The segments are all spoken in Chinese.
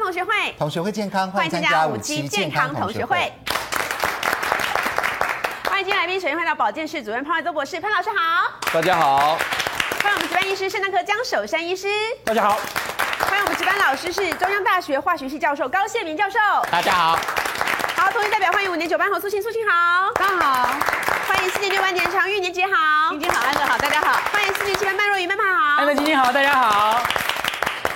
同学会健康，欢迎参加五期健康同学会。欢迎新来宾，首先欢迎到保健室主任潘怀周博士，潘老师好。大家好，欢迎我们值班医师肾脏科江守山医师，大家好，欢迎我们值班老师是中央大学化学系教授高宪明教授。大家好，好，同学代表欢迎五年九班侯素琴，素琴好，大家好。欢迎四年六班年长玉，年姐好，年姐好，安哥好，大家好。欢迎四年七班曼若云，曼曼好。哎安德今天好，大家好，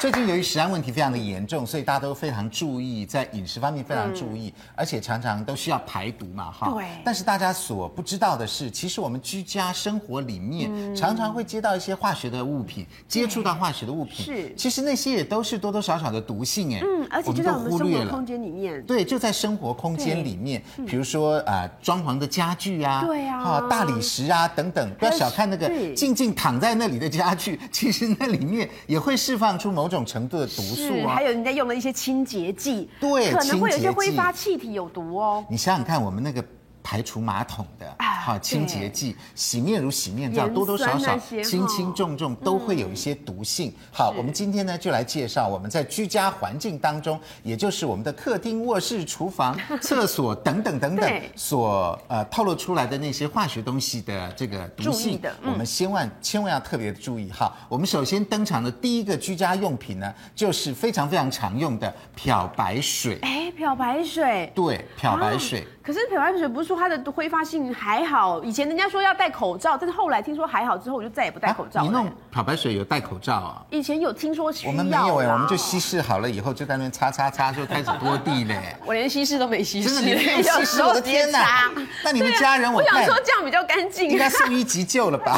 最近由于食安问题非常的严重，所以大家都非常注意，在饮食方面非常注意，而且常常都需要排毒嘛，哈。嗯对但是大家所不知道的是，其实我们居家生活里面、嗯常常会接到一些化学的物品，接触到化学的物品，是其实那些也都是多多少少的毒性哎。嗯，而且就在我们都忽生略活了空间里面，对，就在生活空间里面，比如说啊，装潢的家具啊，嗯对啊哈大理石啊等等，不要小看那个对静静躺在那里的家具，其实那里面也会释放出某种程度的毒是素啊还。有人家用的一些清洁剂，对可能会有一些清洁剂挥发气体有毒哦。你想想看，我们那个。排除马桶的，啊好、清洁剂、洗面乳、洗面皂，盐多多少酸少那些、嗯轻轻重重都会有一些毒性。好，我们今天呢就来介绍我们在居家环境当中，也就是我们的客厅、卧室、厨房、厕所等等等等对，所呃透露出来的那些化学东西的这个毒注意性的，嗯我们千万千万要特别注意哈。我们首先登场的第一个居家用品呢，就是非常非常常用的漂白水。哎，漂白水，对，漂白水。啊可是漂白水不是说它的挥发性还好？以前人家说要戴口罩，但是后来听说还好之后，我就再也不戴口罩啊了。你弄漂白水有戴口罩啊？以前有听说需我要，啊们没有哎、我们就。稀释好了以后就在那边擦擦擦，就开始拖地 嘞。我连稀释都没稀真的，释，你没有稀释，我的 天哪！那你们家人我啊我想看说这样比较干净。应该对送医急救了吧？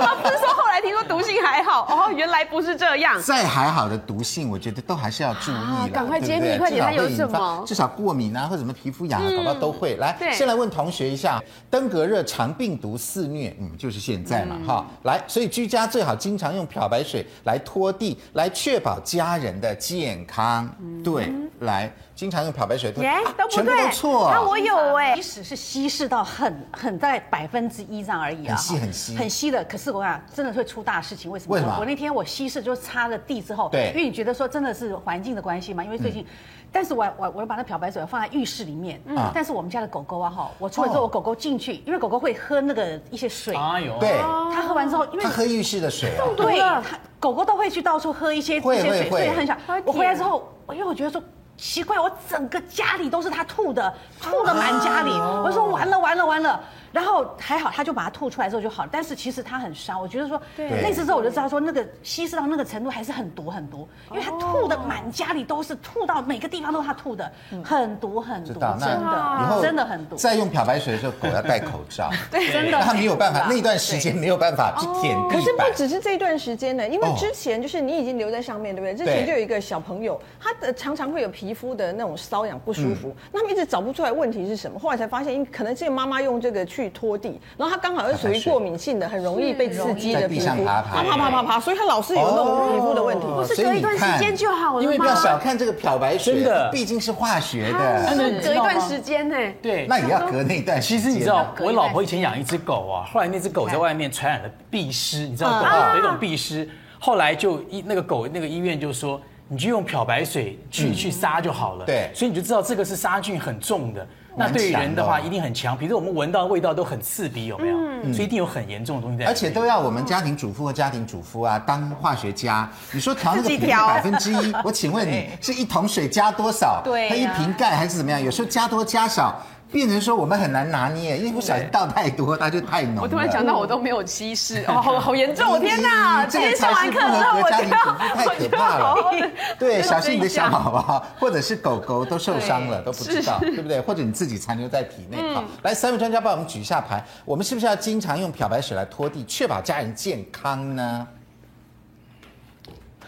吗？ 不是说后来听说毒性还好，哦，原来不是这样。再还好的毒性，我觉得都还是要注意啦啊赶快对不揭秘对快点至少它有会引什发么嗯至少过敏啊，或者什么皮肤痒啊，搞不好都会。来对，先来问同学一下，登革热、肠病毒肆虐，嗯，就是现在嘛，哈。来，所以居家最好经常用漂白水来拖地，来确保家人的健康。对，来，经常用漂白水拖嗯地，耶啊，都不全部对都。错。那我有哎即，使是稀释到很很在百分之一这样而已啊，很稀很稀很稀的。可是我想真的会出大事情，为什么？为什么我我那天我稀释就擦了地之后，对因为你觉得说真的是环境的关系嘛，因为最近，但是我我我把那漂白水放在浴室里面，啊但是我们家的狗狗啊哈，我冲了之后哦我狗狗进去，因为狗狗会喝那个一些水，哎呦，对，哦它喝完之后，因为他喝浴室的水啊。对，了它狗狗都会去到处喝一些一会些会水，所以会很小好甜。我回来之后，因为我觉得说。奇怪，我整个家里都是它吐的，吐的满家里。我说完了完了完了，然后还好，它就把它吐出来之后就好了。但是其实它很伤，我觉得说对那次之后我就知道说那个稀释到那个程度还是很毒很毒，因为它吐的满家里都是，吐到每个地方都是它吐的，很毒很知毒，道，真以的后真的很毒。再用漂白水的时候，狗要戴口 罩。对，真的它没有办法，那段时间没有办法去舔地板。可是不只是这段时间呢，因为哦之前就是你已经留在上面，对不对？之前就有一个小朋友，他的常常会有皮肤的那种瘙痒不舒服，那他们一直找不出来问题是什么，后来才发现，因可能是因为妈妈用这个去拖地，然后他刚好是属于过敏性的，很容易被刺激的皮是肤，在地上爬爬爬爬爬爬，所以他老是有那种皮肤的问题。哦不是所以隔一你段时看间就好了因为不要吗小看这个漂白水，真的毕竟是化学啊的，是隔一段时间呢。对，那也要隔那一段时其间。实你知道，我老婆以前养一只狗啊，后来那只狗在外面传染了蜱湿，你知道狗啊有一种蜱湿，后来就医那个狗那个医院就说，你就用漂白水嗯去去杀就好了。对所以你就知道这个是杀菌很重的。那对于人的蛮话，强的哦一定很强。比如说我们闻到味道都很刺鼻，有没有？嗯所以一定有很严重的东西在里面。而且都要我们家庭主妇或家庭主妇啊，当化学家，你说调那自个己比例调百分 之一，我请问你是一桶水加多少？对它一呀瓶盖还是怎么样？有时候加多加少，变成说我们很难拿捏，因为不小心倒太多，它就太浓了。我突然想到，我都没有稀释，哦，好好严 重！天哪！这今个天上才完是课不之后，合格我家就庭要主妇，太我可就要怕好好 了地。对，认小心你的真一下小宝宝， 或者是狗狗都受伤了都不知道，对不对？或者你自己残留在体内。好，嗯来，三位专家帮我们举一下牌，我们是不是要经常用漂白水来拖地，确保家人健康呢？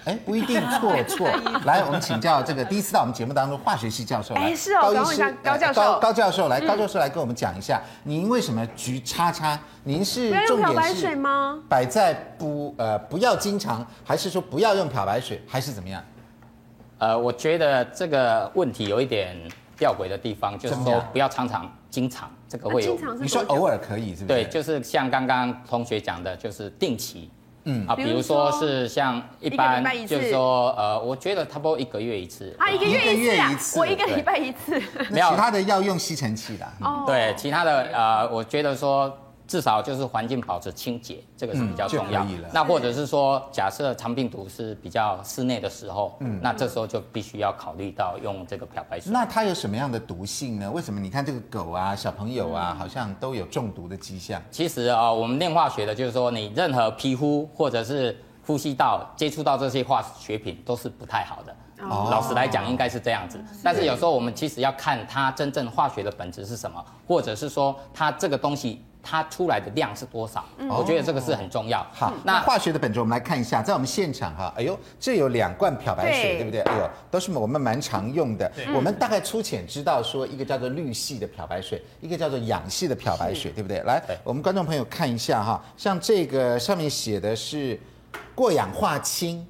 哎，不一定，错 错。来，我们请教这个第一次到我们节目当中化学系教授来，哎是哦高赶快医问一师下，高呃教授嗯高高教授来，高教授来跟我们讲一下，您为什么举叉叉？您是不要用重点漂白是水吗摆在不呃不要经常，还是说不要用漂白水，还是怎么样？呃，我觉得这个问题有一点吊诡的地方，就是怎么说样不要常常、经常，这个会有啊经常是你说多久偶尔可以是不是？对，就是像刚刚同学讲的，就是定期。嗯啊，比比如如说是像一一般个礼拜一，次就是说呃，我觉得差不多一个月一次。啊，一个一个月一月次啊一，次嗯我一个礼拜一次。那其他的要用吸尘器啦。哦对，其他的呃，我觉得说至少就是环境保持清洁，这个是比较重嗯要。就可以了那或者是说，假设肠病毒是比较室内的时候，嗯那这时候就必须要考虑到用这个漂白水。那它有什么样的毒性呢？为什么你看这个狗啊、小朋友啊，好像都有中毒的迹象？其实啊、呃我们练化学的就是说，你任何皮肤或者是呼吸道接触到这些化学品都是不太好的。老实来讲，应该是这样子。但是有时候我们其实要看它真正化学的本质是什么，或者是说它这个东西它出来的量是多少。我觉得这个是很重要。好，那化学的本质我们来看一下，在我们现场哈，哎呦，这有两罐漂白水，对对不对？哎呦，都是我们蛮常用的。我们大概粗浅知道说，一个叫做氯系的漂白水，一个叫做氧系的漂白水，对不对？来对，我们观众朋友看一下哈，像这个上面写的是过氧化氢。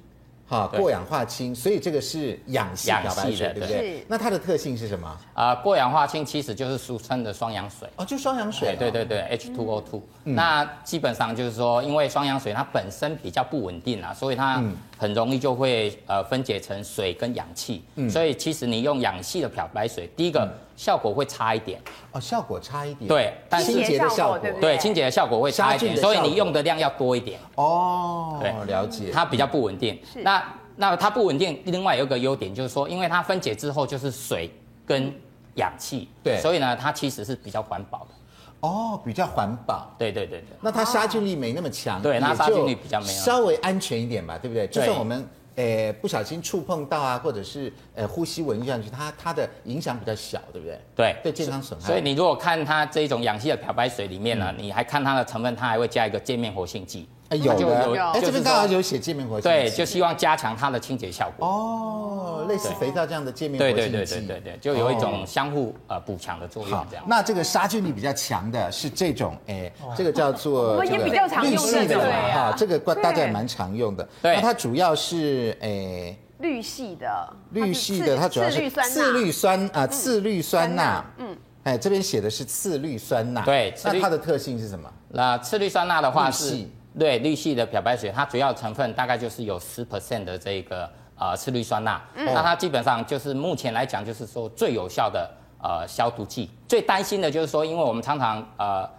哈，对过氧化氢，所以这个是氧系氧漂白系水，的对不对对是？那它的特性是什么？啊，过氧化氢其实就是俗称的双氧水。哦，就双氧水、哎嗯对对对，H2O2。那基本上就是说，因为双氧水它本身比较不稳定啊，所以它嗯很容易就会呃分解成水跟氧气。嗯所以其实你用氧气的漂白水，第一个效果会差一点，哦，效果差一点。对但是清洁的效清洁效果果对不对，清洁的效果会差一杀菌点，的所以效果你用的量要多一点，哦，对了解。它比较不稳定。那那它不稳定，另外有一个优点就是说，因为它分解之后就是水跟氧气，对所以呢，它其实是比较环保的。哦，比较环保。对对对对。那它杀菌力没那么强，对它也就杀菌力比较没有稍微安全一点吧，对不对？就算我们呃不小心触碰到啊，或者是呃呼吸闻上去，它它的影响比较小，对不对？对对健康损害。嗯所以你如果看它这种氧气的漂白水里面呢、啊你还看它的成分，它还会加一个界面活性剂。哎嗯有就的有哎就是这边说刚好有写界面活性剂，对，就希望加强它的清洁效果。哦，类似肥皂这样的界面活性对剂，对对对对对，就有一种哦。相互呃补强的作用好这样，。那这个杀菌力比较强的是这种，哎，这个叫做 我们也这个比较常绿用系这的个嘛对啊哈，这个大家也对蛮常用的。对那它主要是哎。绿系的，绿系的它主要次是氯酸钠嗯次氯酸啊，次氯酸钠，酸钠嗯，哎，这边写的是次氯酸钠，对次氯那它的特性是什么？那次氯酸钠的话氯是系，对氯系的漂白水，它主要成分大概就是有十 percent 的这个呃次氯酸钠，嗯那它基本上就是目前来讲就是说最有效的呃消毒剂。最担心的就是说，因为我们常常呃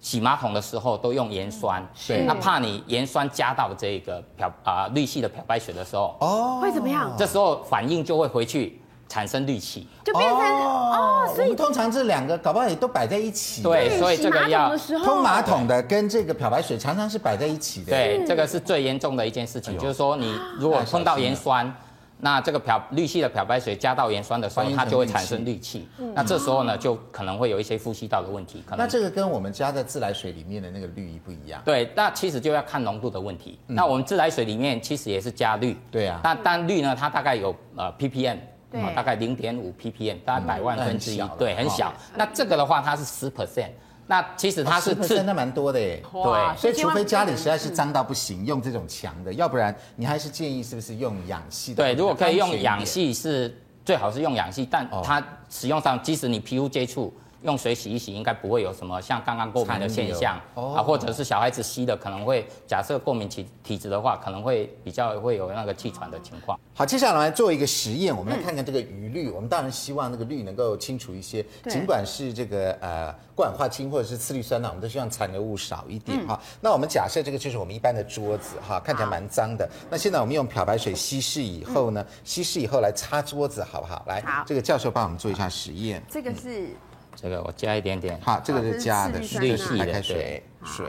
洗马桶的时候都用盐酸，嗯是那怕你盐酸加到这个漂啊、氯系的漂白水的时哦候，会怎么样？这时候反应就会回去产生氯气。就变成哦，我所以们通常这两个搞不好也都摆在一起，对，所以这洗个马要桶的时候通马桶的跟这个漂白水常常是摆在一起的，，对，这个是最严重的一件事哎情，就是说你如果碰到盐酸，那这个漂氯系的漂白水加到盐酸的时候反，应它成就会氯产气生氯气。那这时候呢，就可能会有一些呼吸道的问题。可嗯那能这个跟我们加在自来水里面的那个氯一不一样，对，那其实就要看浓度的问题。那我们自来水里面其实也是加氯，嗯对啊那但氯呢，它大概有呃 ppm。对啊大概零点五 ppm，大概百万分之一那很小了，哦对，很小。那这个的话，它是十 percent，那其实它是真次的哦蛮多的耶。对所以，除非家里实在是嗯脏到不行，用这种强的，要不然你还是建议是不是用氧系的？对，如果可以安全用一点哦氧系是最好是用氧系，但它使用上，即使你皮肤接触。用水洗一洗，应该不会有什么像刚刚过敏的现象残留哦啊，或者是小孩子吸的，可能会假设过敏体体质的话，可能会比较会有那个气喘的情况。好，接下来我们来做一个实验，我们来看看这个余氯。我们当然希望那个氯能够清除一些，尽管是这个呃过氧化氢或者是次氯酸钠，我们都希望残留物少一点哈、那我们假设这个就是我们一般的桌子哈，看起来蛮脏的。那现在我们用漂白水稀释以后呢，稀释以后来擦桌子好不好？来，好这个教授帮我们做一下实验。这个是这个我加一点点，好，这个好这是是加次的氯酸钠是这是白开水对，水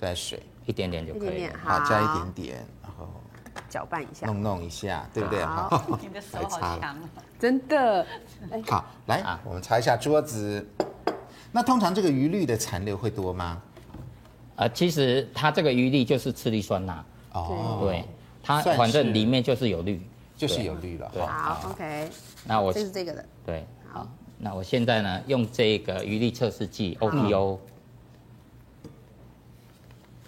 再水，一点点就一可点以点了。好加一点点，然后搅拌一下，弄弄一下，对不对？好好， 你的手来好擦了。强哦。真的好，来，啊我们擦一下桌子。那通常这个余氯的残留会多吗？呃，其实它这个余氯就是次氯酸钠，哦，对，它算是反正里面就是有氯。就是有氯了。哦对哈好，OK，那我这是这个的，对好，那我现在呢用这个余力测试剂 OPO，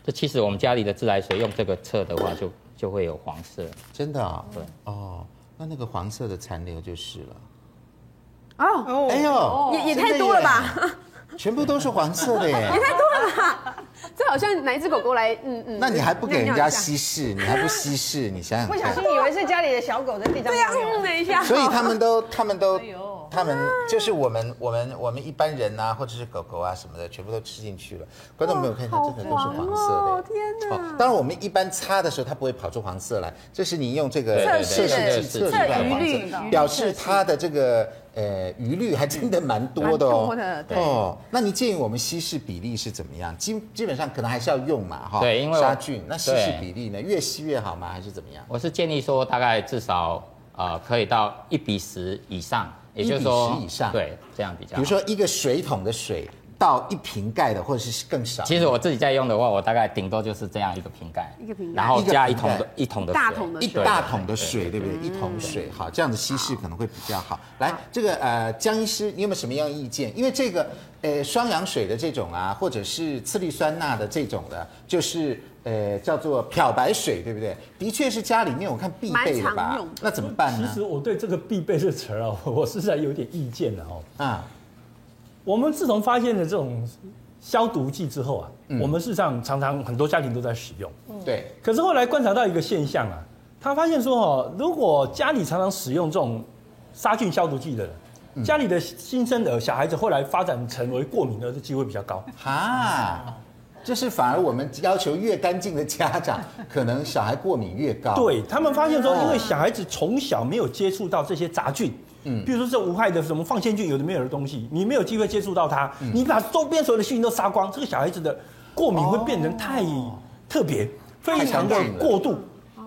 这其实我们家里的自来水用这个测的话就，就会有黄色。真的啊、对。哦，那那个黄色的残留就是了。哦，哎呦，也也真的太多了耶吧？全部都是黄色 的耶。太多了吧？这好像哪一只狗狗来？嗯嗯。那你还不给人尿家一下稀释？你还不稀释？你想想不看。小心以为是家里的小狗在地上对呀，啊尿尿嗯了一下。所以他们 都，他们哎都，他们就是我们，我们，我们一般人啊，或者是狗狗啊什么的，全部都吃进去了。观众没有看到，这个都是黄哦色的。天哪！当然，我们一般擦的时候，它不会跑出黄色来，这是你用这个对测对对试对剂测对出对来的测黄余率色，表示它的这个呃余率还真的蛮多的哦。蛮多的对哦，那你建议我们稀释比例是怎么样？基基本上可能还是要用嘛，哈。对因为我杀菌，那稀释对比例呢？越稀越好吗？还是怎么样？我是建议说，大概至少呃可以到一比十以上，也就是说1比10以上对，这样比较比好。如说一个水桶的水倒一瓶盖的，或者是更少。其实我自己在用的话，我大概顶多就是这样一个瓶盖，一个瓶盖然后加一一个桶瓶盖的一桶的大水桶的一大桶的水，对不对？一桶水，好，这样子稀释可能会比较好。来，这个呃，江医师，你有没有什么样的意见？因为这个呃，双氧水的这种啊，或者是次氯酸钠的这种的，就是呃，叫做漂白水，对不对？的确是家里面我看必备蛮的常吧用的？那怎么办其呢实？我对这个必备这词儿啊， 我实在有点意见了哦。啊，我们自从发现了这种消毒剂之后啊，我们事实上常常很多家庭都在使用。对，可是后来观察到一个现象啊，他发现说哦，如果家里常常使用这种杀菌消毒剂的人，家里的新生儿小孩子后来发展成为过敏的机会比较高。嗯哈。就是反而我们要求越干净的家长，可能小孩过敏越高。对他们发现哦说，因为小孩子从小没有接触到这些杂菌，嗯，比如说这无害的什么放线菌，有的没有的东西，你没有机会接触到它，嗯你把周边所有的细菌都杀光，这个小孩子的过敏会变成太特别，非常的哦太干净了过度。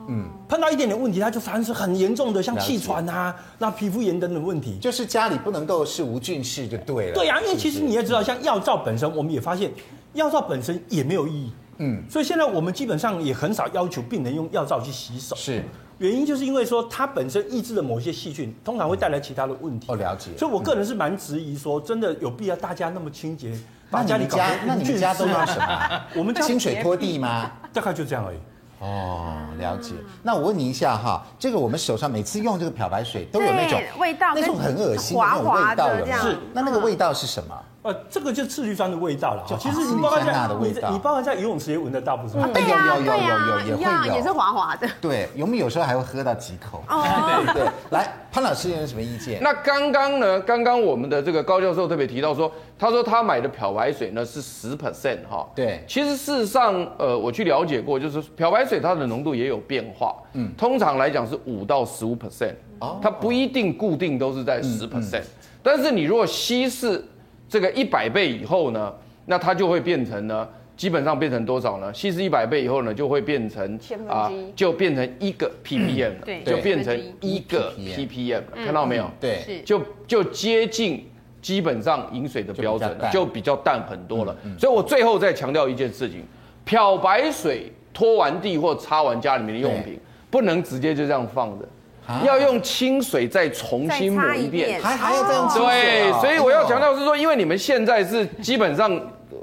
嗯，碰到一点点问题，它就发生很严重的，像气喘啊、那皮肤炎等等问题。就是家里不能够是无菌室就对了。对啊呀、因为其实你也知道，像药皂本身，我们也发现药皂本身也没有意义。嗯嗯，所以现在我们基本上也很少要求病人用药皂去洗手。是，原因就是因为说它本身抑制了某些细菌，通常会带来其他的问题。哦了解所以我个人是蛮质疑说，真的有必要大家那么清洁，把那家你里们搞家得那无你菌们家都室用啊什么啊？ 我们家清水拖地吗？大概就这样而已。哦，了解。那我问你一下哈，这个我们手上每次用这个漂白水都有那种对味道那跟种很恶心的滑那种味道滑的有没这有？样嗯啊是，那那个味道是什么？呃，这个就是次氯酸的味道了。哦就啊其实次氯你包括酸钠的在味你道在你包括在游泳池也闻得到，不是吗？嗯对呀，有有对有有呀，有也一会样有，也是滑滑的。对，我们有时候还会喝到几口。哦，对对。来，潘老师有什么意见？那刚刚呢？刚刚我们的这个高教授特别提到说，他说他买的漂白水呢是十 percent 哈。对其实事实上，呃，我去了解过，就是漂白水它的浓度也有变化。嗯，通常来讲是五到十五 percent，哦它不一定固定都是在十 percent。但是你如果稀释这个一百倍以后呢，那它就会变成呢，基本上变成多少呢？稀释一百倍以后呢，就会变成啊千分之一嗯就变成一个 ppm 了，对就变成千一个 ppm，了看到没有？嗯对，就就接近基本上饮水的标准了，就就比较淡很多了。嗯所以我最后再强调一件事情：漂白水拖完地或擦完家里面的用品，不能直接就这样放着，啊要用清水再重新抹一遍。还还要再用清水对哦，所以我要强调是说，因为你们现在是基本上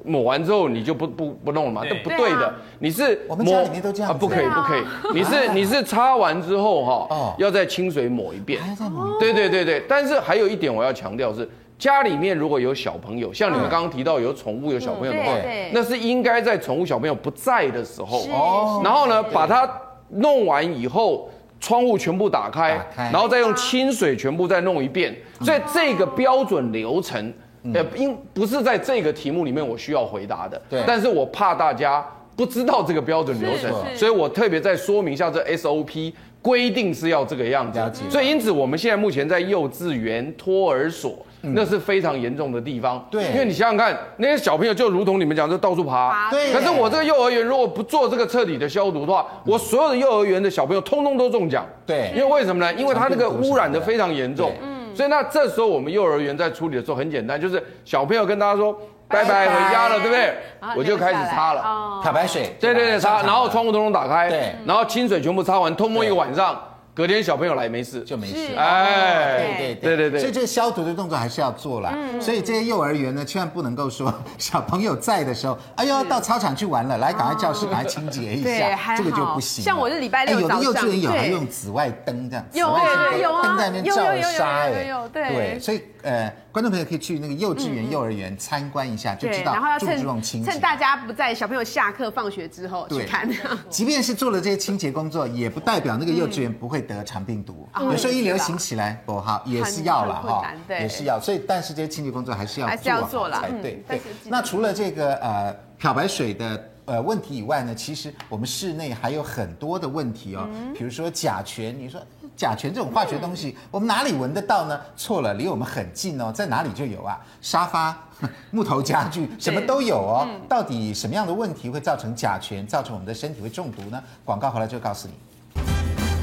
抹完之后你就不不不弄了嘛，这不对对的啊。你是我们抹家里面都这样子啊，不可以对不可以，你是你是擦完之后哦啊哈，要再清水抹一遍还。要再抹哦一遍。对对对对，但是还有一点我要强调是，家里面如果有小朋友，像你们刚刚提到有宠物有小朋友的话嗯对对，那是应该在宠物小朋友不在的时候哦然后呢把它弄完以后。窗户全部打开，打开然后再用清水全部再弄一遍，所以这个标准流程，嗯呃，因不是在这个题目里面我需要回答的，对但是我怕大家不知道这个标准流程，所以我特别再说明一下这 SOP 规定是要这个样子了解，所以因此我们现在目前在幼稚园、托儿所。那是非常严重的地方，嗯对因为你想想看，那些小朋友就如同你们讲，就到处爬，对可是我这个幼儿园如果不做这个彻底的消毒的话，我所有的幼儿园的小朋友通通都中奖，对因为为什么呢？因为它那个污染的非常严重对，嗯，所以那这时候我们幼儿园在处理的时候很简单，就是小朋友跟大家说拜拜拜拜回家了，对不对然后？我就开始擦了。哦漂白水。对对对，擦，然后窗户通通打开，对然后清水全部擦完，偷摸一个对晚上，隔天小朋友来没事，就没事。哎对对对对所以这个消毒的动作还是要做啦。嗯所以这些幼儿园呢，千万不能够说小朋友在的时候，哎呦，到操场去玩了，来赶快教室赶快清洁一对下还，这个就好不行了。像我是礼拜六哎有的早幼稚上园有还对用紫外灯这样，有紫外对对灯有啊灯在那边有有照有有杀，有有哎有对嗯对，所以呃，观众朋友可以去那个幼稚园、幼儿园参观一下，就知对，道然后要注不注重清趁洁。趁大家不在，小朋友下课放学之后去对看。即便是做了这些清洁工作，也不代表那个幼稚园不会得肠病毒。嗯有时候一流行起来不好，也是要了啊很困哈难，对也是要。所以，但是这些清洁工作还是要还是要做做好啦才嗯对。但对是记。得那除了这个呃漂白水的呃问题以外呢，其实我们室内还有很多的问题哦，嗯比如说甲醛，你说甲醛这种化学东西，我们哪里闻得到呢？错了，离我们很近哦，在哪里就有啊，沙发。 木头家具什么都有哦，嗯到底什么样的问题会造成甲醛，造成我们的身体会中毒呢？广告回来就告诉你。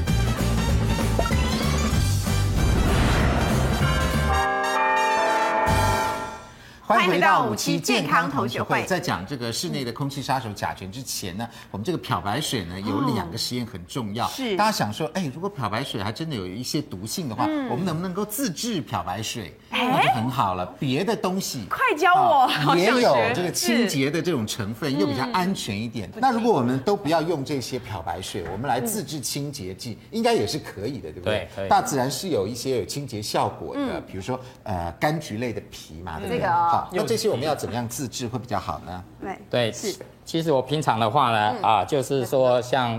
欢迎回到五期健康同学会。在讲这个室内的空气杀手甲醛之前呢，我们这个漂白水呢有两个实验很重要。是大家想说，哎，如果漂白水还真的有一些毒性的话，我们能不能够自制漂白水？那就很好了。别的东西 快教我啊好也想有学嗯这个清洁的这种成分，又比较安全一点。那如果我们都不要用这些漂白水，我们来自制清洁剂，嗯应该也是可以的，对不对对？可以大自然是有一些有清洁效果的，比如说呃柑橘类的皮嘛，对不这对？个哦好，那这些我们要怎么样自制会比较好呢？对，对，是其其实我平常的话呢，啊，就是说像，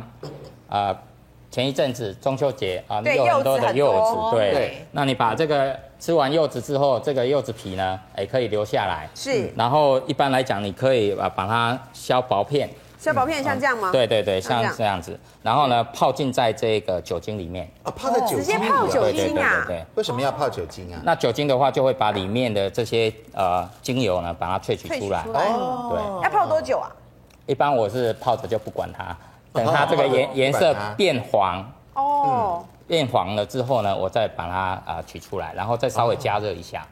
啊，前一阵子中秋节啊，对有很多的柚柚子很子多，对对，那你把这个吃完柚子之后，这个柚子皮呢，哎，可以留下来。是然后一般来讲，你可以啊把它削薄片，小薄片像嗯这样吗？对对对，像像啊这这样子，然后呢泡浸在这个酒精里面，啊，泡在酒直接里泡啊酒对对精对啊对对。为什么要泡酒精啊？那酒精的话，就会把里面的这些呃精油呢，把它萃取萃取出来出。来哦，要泡多久啊？对，一般我是泡着就不管它，等它这个哦颜颜不色管它变黄，哦，变黄了之后呢，我再把它啊、呃取出来，然后再稍微加热一下。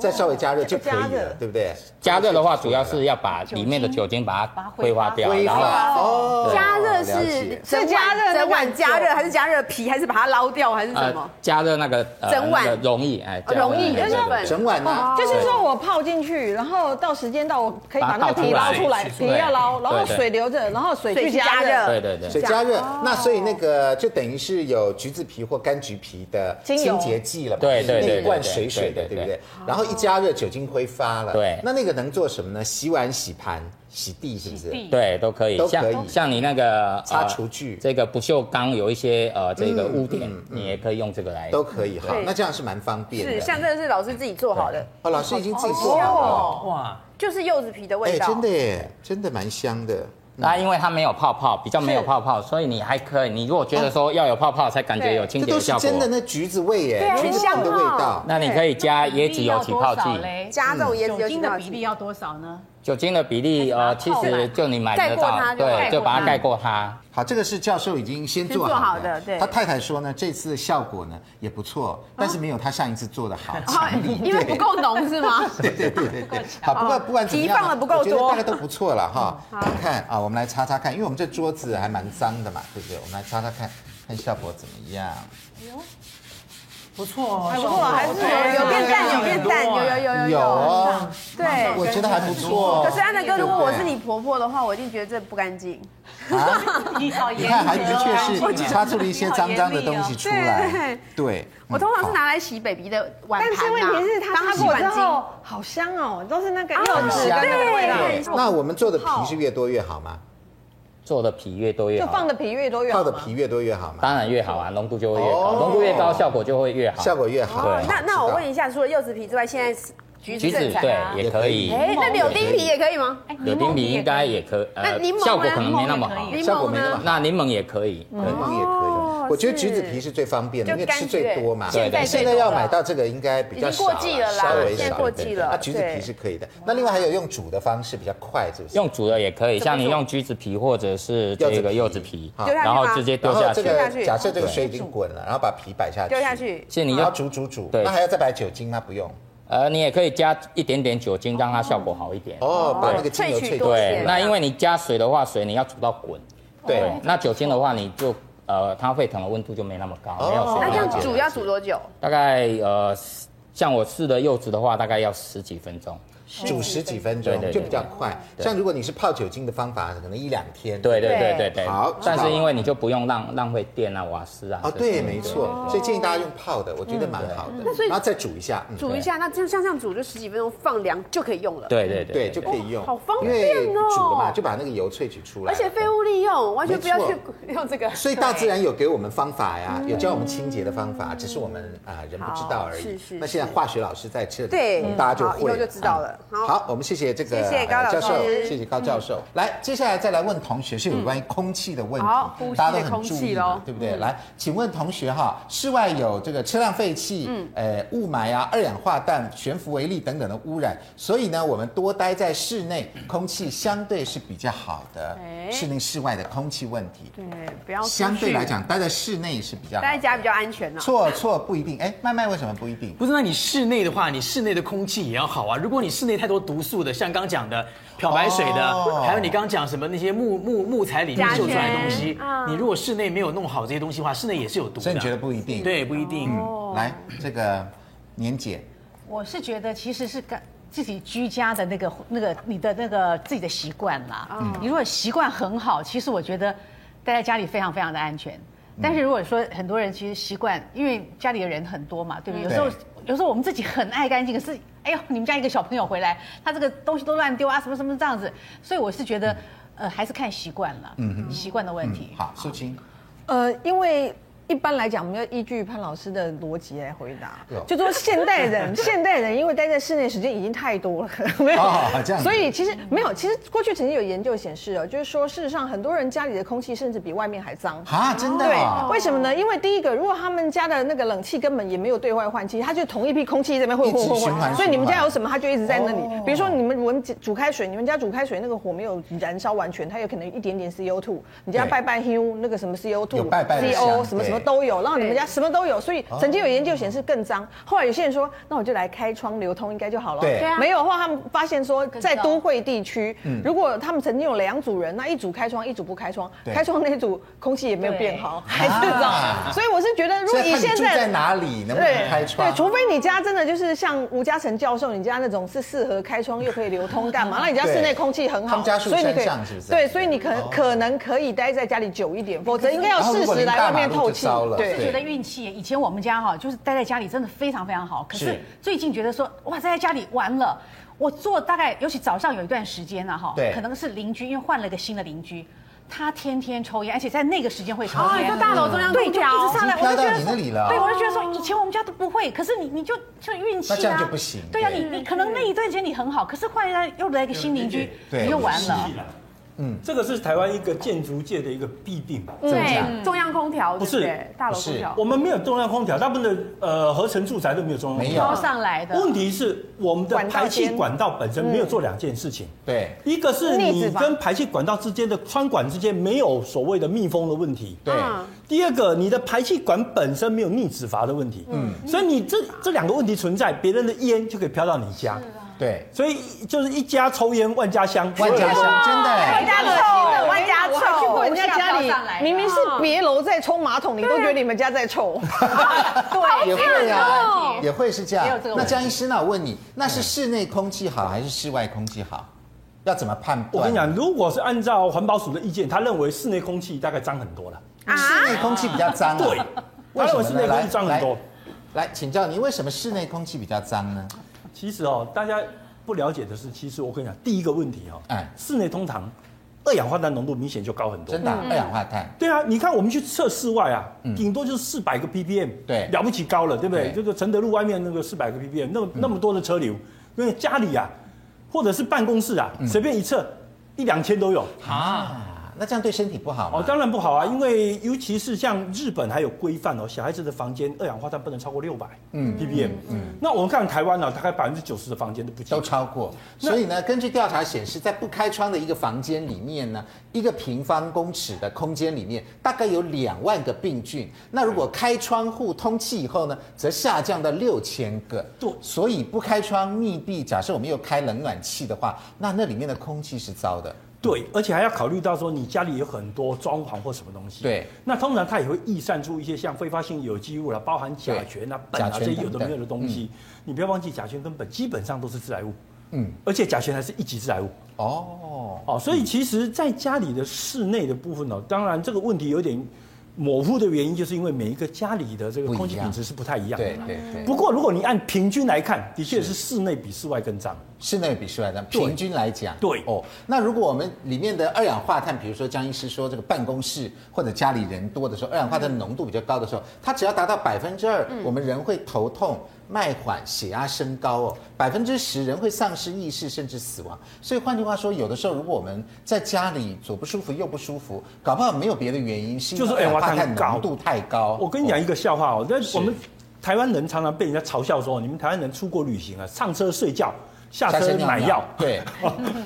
再稍微加热就可加以了热，对不对？哦加热的话，主要是要把里面的酒精把把它它挥挥发发掉，挥然后发哦，加热了是解整是加碗热那个整碗加热，酒还是加热皮，还是把它捞掉，还是什啊么？呃加热那个整碗那个溶液，哎，加热容易那的个部对对分，整碗呢？就是说我泡进去，然后到时间到，我可以把把它那个皮捞倒出出来，来皮要捞，对然后对水留着，然后水水去去加加热热。对对对。水加热，哦那所以那个就等于是有橘子皮或柑橘皮的精清油洁剂了嘛，对对对那一罐对对水水的，对对对不对？然后一加热，酒精挥发了，对那那个能做什么呢？洗碗、洗盘、洗地，是不是？对，都可以，都可以像像你那个呃擦厨具嗯这个不锈钢有一些呃这个污点，你也可以用这个来。都可以哈对。那这样是蛮方便的。是像这个是老师自己做好的，哦，老师已经自己做好了，哇，就是柚子皮的哦味哎，道，真的耶，真的蛮香的。那因为它没有泡泡，比较没有泡泡，所以你还可以。你如果觉得说要有泡泡才感觉有清这洁的都是效果真，的那橘子味耶，啊橘子皮很的香哦味道。那你可以啊加椰子油起泡剂。加这种椰子酒油精起的泡比例剂，要多少呢？酒精的比例呃，其实就你买得盖过它到，就好对，就把它盖过它。好，这个是教授已经先做先做好好的。的对他太太说呢，这次的效果呢也不错，但是没有他上一次做的 好。强力哦因为不够浓是 吗？对对对对对， 好，不过不管怎么样呢，皮哦放得不够我觉得多嗯大概都不错了哈。我们看啊，我们来擦擦看，因为我们这桌子还蛮脏的嘛，对不对？我们来擦擦看，看效果怎么样。不错哦，不错，还是有有变淡，有变淡，有很多啊有有有有有，哦，对。我觉得还不错。可是 安德哥，如果对不我对是你婆婆的话，我一定觉得这不干净。啊，你你看，还的确是擦出了一些脏脏的东西出来。对，我通常是嗯拿来洗 baby 的碗盘呐但是问题是它当擦洗过之碗巾后，好香哦，都是那啊个柚好子香跟那欸个味道，对那我们做的皮是越多越好吗？做的皮越多越就好，放的皮越多越泡好的嘛。皮越多越好吗？当然越好啊，浓度就会越高，哦浓度越高效果就会越好。效果越好。哦，那知那道我问一下，除了柚子皮之外，现在是橘子橘子啊正常对吗也可以，哎，那柳丁皮也可以吗？柳丁皮应该也可，呃那柠檬呢效果可能没那么好柠檬也可。柠效檬果没那么呢好？那柠檬也可以，对柠檬呃也可以，我觉得橘子皮是最方便的，因哦就为柑吃橘最多嘛。现在最现在要买到这个应该比较少已经过季了啦稍微现在少过一点季了那橘子对皮是可以的。那另外还有用煮的方式比较快，是不是？用煮的也可以，像你做用橘子皮或者是这个柚子皮，好丢下去然后吗直接然丢后下这去。个丢下去假设这个水已经滚了，然后把皮摆下去，丢下。去，是你然后要，煮煮煮，对那还要再摆酒精吗？不用。呃，你也可以加一点点酒精，让它效果好一点。哦，把那个精油萃取萃多一取。些对，那因为你加水的话，水你要煮到滚。哦对，那酒精的话，你就呃，它沸腾的温度就没那么高，没有哦那这水分样解煮了要煮多久？大概呃，像我试的柚子的话，大概要十几分钟。煮十几分钟对对对就比较快。对像如果你是泡酒精的方法，可能一两天。对对对对对对。好但知道了是因为你就不用浪浪费电啊、瓦斯啊。哦，这些对，没嗯错，所以建议大家用泡的，我觉得蛮好的。那所以然后再煮一下，嗯，煮一下，那这样像这样煮就十几分钟，放凉就可以用了。，对对对，对就可以用，哇好方便哦因为煮了嘛，就把那个油萃取出来。而且废物利用，完全不要去没用这个。所以大自然有给我们方法呀，有教我们清洁的方法，只是我们啊、人不知道而已。嗯好是是那现在化学老师在这 里，对嗯大家就好以会后就知道了嗯好好，我们谢谢这个谢谢呃高老教授，师谢谢高教授。来，接下来再来问同学是有关于空气的问嗯题，好呼吸的大家都很空气注意咯嗯嘛，对不对？来，请问同学哈，室外有这个车辆废气、嗯呃雾霾啊、二氧化氮、悬浮微粒等等的污染，所以呢，我们多待在室内，空气相对是比较好的，哎室内室外的空气问题。对，哎不要出去相对来，讲，待在室内是比较好待在家比较安全呢。啊错错不一定，哎，麦麦为什么不一定？不是，那你室内的话，你室内的空气也要好啊。如果你室内太多毒素的，像刚讲的漂白水的，哦还有你刚讲什么那些木木木材里面甲醛秀出来的东西，嗯你如果室内没有弄好这些东西的话，室内也是有毒的。所以你觉得不一定？，对，不一定。哦嗯，来这个年姐，我是觉得其实是跟自己居家的那个那个你的那个自己的习惯啦。嗯你如果习惯很好，其实我觉得待在家里非常非常的安全。但是嗯如果说很多人其实习惯，因为家里的人很多嘛，对不对？有时候对有时候我们自己很爱干净，可是哎呦，你们家一个小朋友回来，他这个东西都乱丢啊，什么什么这样子，所以我是觉得，呃，还是看习惯了，习惯的问嗯题。，好，苏青，呃，因为一般来讲，我们要依据潘老师的逻辑来回答对哦，就说现代 人，现代人因为待在室内时间已经太多了，没哦这样子所以其实没有，其实过去曾经有研究显示哦，就是说事实上很多人家里的空气甚至比外面还脏。啊，真的对，哦，为什么呢？因为第一个，如果他们家的那个冷气根本也没有对外换气，它就同一批空气在那边混一混直混循环混，所以你们循环家有什么，它就一直在那里哦。比如说你们我们煮开水，你们家煮开水那个火没有燃烧完全，它有可能一点点 CO2，你家对拜拜 Hu 那个什么 CO2 有拜拜的香 CO 什么对哦什么都有，然后你们家什么都有，所以曾经有研究显示更脏。后来有些人说，那我就来开窗流通应该就好了。对对啊没有的话，他们发现说在糟都会地区，嗯如果他们曾经有两组人，那一组开窗，一组不开窗，对开窗那组空气也没有变好，还是脏。啊 所以我是觉得，如所果以以看你现住在在哪里，能不能对开窗对，？除非你家真的就是像吴嘉诚教授，你家那种是适合开窗又可以流通干嘛？那你家室内空气很他好，们家住所以你山可以上是不是哦对，所以你可可能可以待在家里久一点，否则应该要然后适如果时你来大外马面路透就气。糟了，对我觉得运气耶。以前我们家哈，就是待在家里真的非常非常好。可是是最近觉得说，哇，待在家里完了。我做大概，尤其早上有一段时间了啊哈对，可能是邻居，因为换了一个新的邻居，他天天抽烟，而且在那个时间会抽哦，你烟。说大楼中央对，空就一调直上来，已我经就觉飘到得你那里了对，我就觉得说，以前我们家都不会，可是你你就就运气啊，那这样就不行对呀，对你你可能那一段时间你很好，可是换一个又来一个新邻居，对你又完啊了。嗯，这个是台湾一个建筑界的一个弊病吧。对，中央空调对不是对？大楼空调我，们没有中央空调，大部分的呃合成住宅都没有中央空没调。有飘上来哦的。问题是我们的管道排气间嗯管道本身没有做两件事情。对一个是逆你子吧跟排气管道之间的穿管之间没有所谓的密封的问题，对，嗯第二个，你的排气管本身没有逆止阀的问题，嗯，所以你这这两个问题存在，别人的烟就可以飘到你家，对，所以就是一家抽烟万家香，啊万家香真万的，家臭，万家我还去臭过，人家家我下不上来里，明明是别楼在冲马桶，你都觉得你们家在臭。对也会啊，有也会是这也样有这个。问题那江医师，那我问你，那是室内空气好还是室外空气好？要怎么判断？我跟你讲，，如果是按照环保署的意见，他认为室内空气大概脏很多了，室内空气比较脏、啊。对，为什么他认为室内空气脏很多。来，来请教你，为什么室内空气比较脏呢？其实哦，大家不了解的是，其实我跟你讲，第一个问题哦，哎室内通常二氧化碳浓度明显就高很多，真的啊、嗯二氧化碳，对啊，你看我们去测室外啊，顶、多就是四百个 ppm，对了不起高了，对不对？对就是承德路外面那个四百个 ppm，那么、那么多的车流，因为家里啊，或者是办公室啊，随、便一测一两千都有。啊，那这样对身体不好吗？哦，当然不好啊，因为尤其是像日本还有规范哦，小孩子的房间二氧化碳不能超过六百 ppm。嗯，那我们看台湾呢、啊，大概百分之九十的房间都不及都超过，所以呢，根据调查显示，在不开窗的一个房间里面呢，一个平方公尺的空间里面，大概有两万个病菌。那如果开窗户通气以后呢，则下降到六千个。对所以不开窗密闭，假设我们又开冷暖气的话，那那里面的空气是糟的。对，而且还要考虑到说你家里有很多装潢或什么东西。对，那通常它也会溢散出一些像挥发性有机物啦，包含甲醛啊、对苯啊甲醛这等嗯些有的等没有的东西。你不要忘记，甲醛跟苯基本上都是致癌物。嗯，而且甲醛还是一级致癌物。哦，哦，所以其实，在家里的室内的部分呢、当然这个问题有点模糊的原因，就是因为每一个家里的这个不一样空气品质是不太一样的。对对对不过，如果你按平均来看，的确是室内比室外更脏。室内比室外脏，对平均来讲，对哦。那如果我们里面的二氧化碳，比如说江医师说这个办公室或者家里人多的时候，二氧化碳的浓度比较高的时候，它只要达到百分之二，嗯我们人会头痛、脉缓、血压升高哦。百分之十人会丧失意识甚至死亡。所以换句话说，有的时候如果我们在家里左不舒服右不舒服，搞不好没有别的原因，是因就是为二二氧氧化化碳碳高浓度太高。我跟你讲哦一个笑话哦，那我们台湾人常常被人家嘲笑说，你们台湾人出国旅行啊，上车睡觉，下下车身买药，对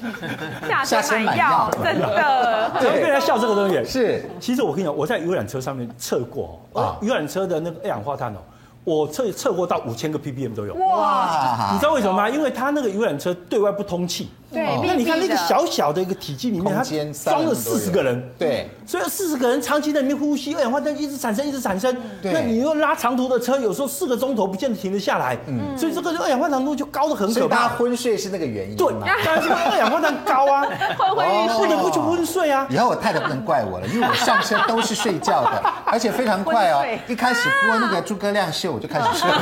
下下车身买买药药，真的。常常被人家笑这个东西。是其实我跟你讲，我在游览车上面测过啊啊，游览车的那个二氧化碳哦，我测测过到五千个 ppm 都有。哇你知道为什么吗？因为它那个游览车对外不通气。对那你看密那闭的个小小的一个体积里面，空它间装了30四十个人，对所以四十个人长期在里面呼吸，哎二氧化碳一直产生，一直产生。对那你又拉长途的车，有时候四个钟头不见得停得下来，所以这个二氧化碳浓度就高得很嗯所可以大家怕。昏睡是那个原因对嘛，当然是因为二氧化碳高啊，昏昏哦欲不睡，得不去昏睡啊。以后我太太不能怪我了，因为我上身都是睡觉的，而且非常快哦昏睡。一开始播那个诸葛亮秀，我就开始睡了，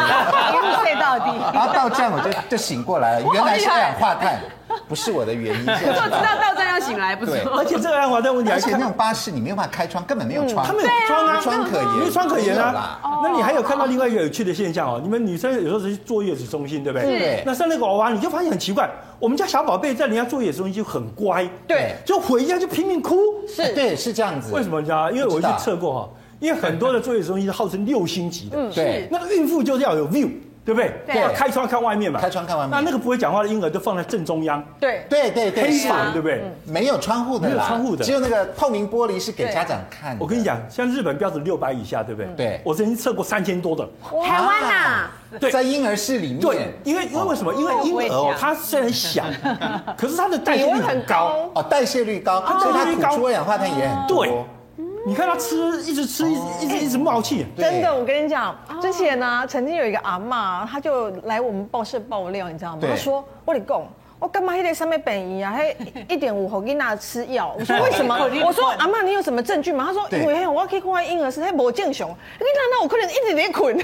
一路睡到底。 然后到站我就就醒过来了，原来是二氧化碳，不是我的原因。现在我知知道道到站要醒来，不错对。而且这个二氧化碳问题还而且看那种巴士你没有办法开窗，根本没有窗，他们有窗啊，无窗可言无窗可言没有啦啊。那你还有看到另外一个有趣的现象哦，你们女生有时候是去坐月子中心，对不对是？那生了个娃娃，你就发现很奇怪，我们家小宝贝在人家坐月子中心就很乖，对就回家就拼命哭，哎对，是这样子。为什么你知道吗？因为我不知去道测过哈，因为很多的坐月子中心是号称六星级的，对那个孕妇就是要有 view，对嗯不对？对要开窗看外面嘛，开窗看外面那那个不会讲话的婴儿就放在正中央，对，对对对，黑是啊房，对不对？没有窗户的啦，没有窗户的只有那个透明玻璃是给家长看的。我跟你讲，像日本标准六百以下，对不对？对我曾经测过三千多的。台湾呐啊，对在婴儿室里对面，，因为因为为什么？因为婴儿哦，它虽然 小，可是它的代谢率很高。哦，代谢率高，所以它吐出二氧化碳也很多。对，你看它吃，一直吃，一哦直一直一直冒气。对真的，我跟你讲，之前呢、曾经有一个阿嬷，她就来我们报社爆料，你知道吗？对她说：“我跟你讲，我干嘛还得上面本医啊？还 一点五毫给那吃药。” 我说：“为什么？”我说：“阿嬷，你有什么证据吗？”她说：“对因为我可以看婴儿是还没正常，你看那我可能一直 在困。”